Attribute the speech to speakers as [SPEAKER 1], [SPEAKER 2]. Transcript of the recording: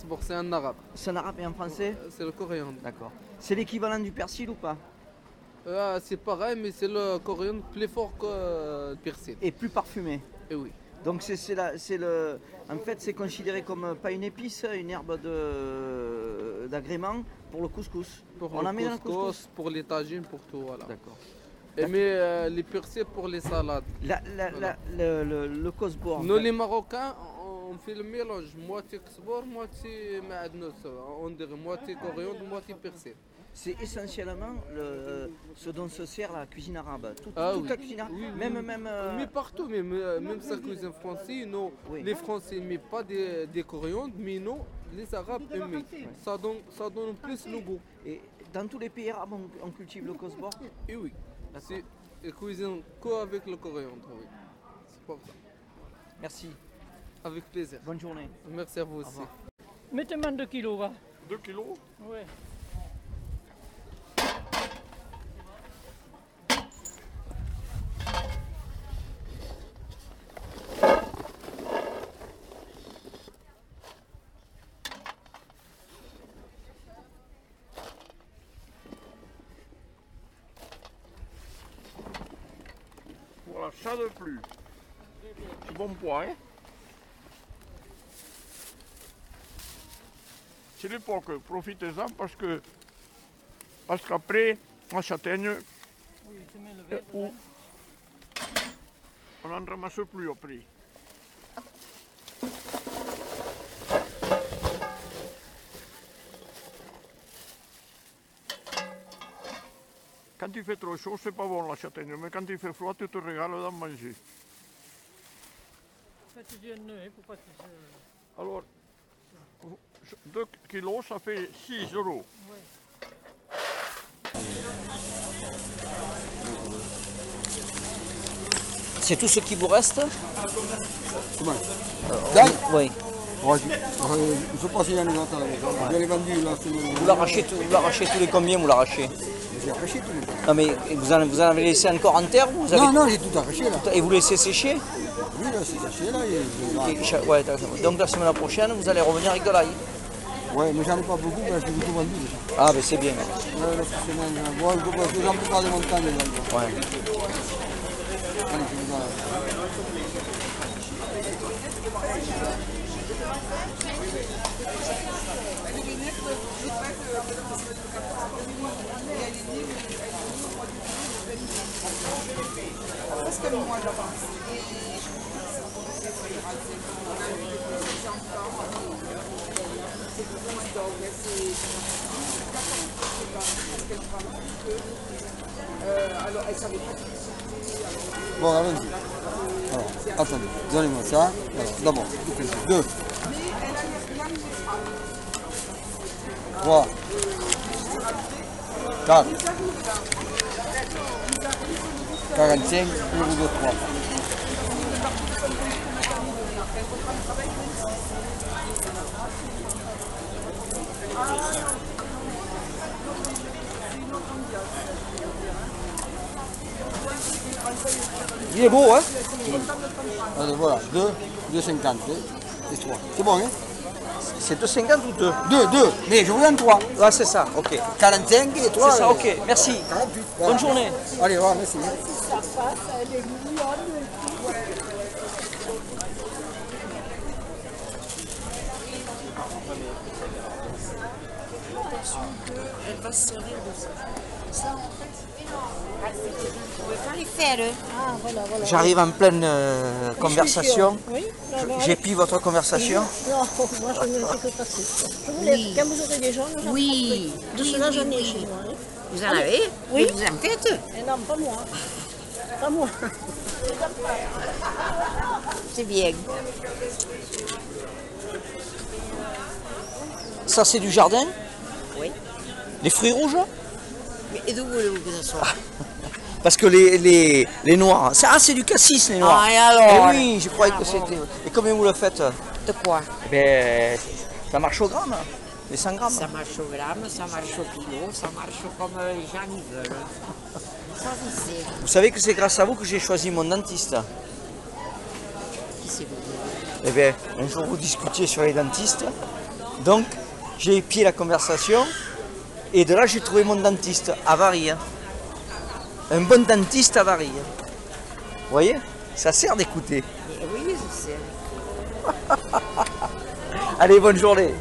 [SPEAKER 1] d'abord, c'est un arabe.
[SPEAKER 2] C'est un arabe et un français
[SPEAKER 1] C'est le coriandre.
[SPEAKER 2] D'accord. C'est l'équivalent du persil ou pas
[SPEAKER 1] Euh, c'est pareil, mais c'est le coriandre plus fort que euh, le persil.
[SPEAKER 2] Et plus parfumé.
[SPEAKER 1] Et oui.
[SPEAKER 2] Donc c'est c'est la- c'est le, en fait c'est considéré comme euh, pas une épice, une herbe de d'agrément pour le couscous.
[SPEAKER 1] Pour
[SPEAKER 2] On
[SPEAKER 1] le
[SPEAKER 2] la met dans le couscous.
[SPEAKER 1] couscous, pour les tagines, pour tout, voilà.
[SPEAKER 2] D'accord.
[SPEAKER 1] Et mais euh, les persils pour les salades.
[SPEAKER 2] La- la- la- le, le, le cosbor, en
[SPEAKER 1] Nous,
[SPEAKER 2] fait.
[SPEAKER 1] les Marocains, on fait le mélange, moitié ksbour, moitié maadnos. On dirait moitié coriandre, moitié persil.
[SPEAKER 2] c'est essentiellement le, ce dont se sert la cuisine arabe. Tout-
[SPEAKER 1] Ah
[SPEAKER 2] toute
[SPEAKER 1] oui.
[SPEAKER 2] la cuisine arabe,
[SPEAKER 1] Oui, oui,
[SPEAKER 2] même
[SPEAKER 1] oui.
[SPEAKER 2] même. euh,
[SPEAKER 1] Mais partout, même, euh, même sa cuisine française, non.
[SPEAKER 2] Oui.
[SPEAKER 1] Les Français mais pas des, des coriandres, mais non, les Arabes aiment. Ça donne, ça donne plus le goût.
[SPEAKER 2] et dans tous les pays arabes on, on cultive le cosbor.
[SPEAKER 1] Et oui, c'est ils cuisinent qu'avec le coriandre, oui. C'est pour ça.
[SPEAKER 2] Merci.
[SPEAKER 1] Avec plaisir.
[SPEAKER 2] Bonne journée.
[SPEAKER 1] Merci à vous aussi.
[SPEAKER 2] revoir.
[SPEAKER 3] Mettez-moi 2 kilos, va.
[SPEAKER 4] 2 kilos
[SPEAKER 3] Ouais.
[SPEAKER 4] Voilà, ça de plus. C'est bon poids, hein C'est l'époque, profitez-en parce que. Parce qu'après, la châtaigne,
[SPEAKER 3] Oui, tu mets le
[SPEAKER 4] euh,
[SPEAKER 3] verre.
[SPEAKER 4] ou- on n'en ramasse plus après. Quand il fait trop chaud, c'est pas bon la châtaigne, mais quand il fait froid, tu te régales d'en manger.
[SPEAKER 3] Faites du nœud, hein, pour pas que je...
[SPEAKER 4] Alors, 2 kilos, ça fait 6 euros.
[SPEAKER 2] C'est tout ce qui vous reste
[SPEAKER 5] Comment
[SPEAKER 2] Dalle Oui.
[SPEAKER 5] Ouais, je, ouais, Euh, je pense qu'il y en a longtemps à la maison. Je l'ai vendu la semaine
[SPEAKER 2] Vous l'arrachez tout- vous l'arrachez tous les combien vous l'arrachez
[SPEAKER 5] J'ai arraché tout le temps.
[SPEAKER 2] Non mais vous en, vous en avez laissé encore en terre ou vous avez
[SPEAKER 5] Non, non, j'ai tout arraché là.
[SPEAKER 2] et vous laissez sécher
[SPEAKER 5] Oui, là, c'est arraché là. Et je, là,
[SPEAKER 2] Et cha- ouais, d'accord. Donc la semaine prochaine vous allez revenir avec de l'ail.
[SPEAKER 5] ouais, mais j'en ai pas beaucoup, mais je l'ai tout vendu déjà.
[SPEAKER 2] Ah ben c'est bien.
[SPEAKER 5] Ouais, là, cette semaine, j'en- bon, je pense que j'en peux pas de mon temps déjà.
[SPEAKER 2] Ouais.
[SPEAKER 5] Allez, je vous en- Bon, allons-y. Alors, attendez, donnez-moi ça. Alors, d'abord, deux. Trois. Quatre. 45, un, deux, trois.
[SPEAKER 2] Il est beau hein
[SPEAKER 5] Allez, voilà, deux, deux cinquante et trois. C'est bon, hein
[SPEAKER 2] C'est 2,50 ou 2
[SPEAKER 5] Deux, deux, mais je voulais un trois.
[SPEAKER 2] Ah c'est ça, ok.
[SPEAKER 5] 45 et
[SPEAKER 2] C'est
[SPEAKER 5] trois.
[SPEAKER 2] ça,
[SPEAKER 5] euh,
[SPEAKER 2] ok, merci.
[SPEAKER 5] 48. voilà.
[SPEAKER 2] Bonne journée.
[SPEAKER 5] Allez, voilà, merci.
[SPEAKER 2] J'arrive en pleine euh, conversation.
[SPEAKER 6] Oui, non, non,
[SPEAKER 2] J'ai pris votre conversation.
[SPEAKER 6] non, moi je ne fais que passer. Je voulais, quand vous aurez des gens, j'en
[SPEAKER 7] Oui.
[SPEAKER 6] prends. De cela, j'en ai chez moi. hein.
[SPEAKER 7] Vous en avez
[SPEAKER 6] Oui.
[SPEAKER 7] Vous en faites
[SPEAKER 6] Eh non, pas moi. Pas moi.
[SPEAKER 7] C'est bien.
[SPEAKER 2] Ça c'est du jardin
[SPEAKER 7] Oui.
[SPEAKER 2] Les fruits rouges
[SPEAKER 7] Mais et d'où voulez-vous que ça soit
[SPEAKER 2] Parce que les, les, les noirs. ça- Ah c'est du cassis les noirs.
[SPEAKER 7] Ah, et alors
[SPEAKER 2] Eh oui, je croyais
[SPEAKER 7] Ah,
[SPEAKER 2] que
[SPEAKER 7] bon.
[SPEAKER 2] c'était. Et combien vous le faites
[SPEAKER 7] De quoi
[SPEAKER 2] Ben, ça marche au gramme, les 100 grammes.
[SPEAKER 7] Ça marche au gramme, ça marche au kilo, ça marche comme euh, les gens y veulent. Choisissez
[SPEAKER 2] Vous savez que c'est grâce à vous que j'ai choisi mon dentiste.
[SPEAKER 7] qui c'est vous
[SPEAKER 2] Eh bien, un jour vous discutiez sur les dentistes. Donc, j'ai épié la conversation et de là, j'ai trouvé mon dentiste à Varilhes. Un bon dentiste à Varilhes. Vous voyez Ça sert d'écouter.
[SPEAKER 7] Eh Oui, je sais.
[SPEAKER 2] Allez, bonne journée.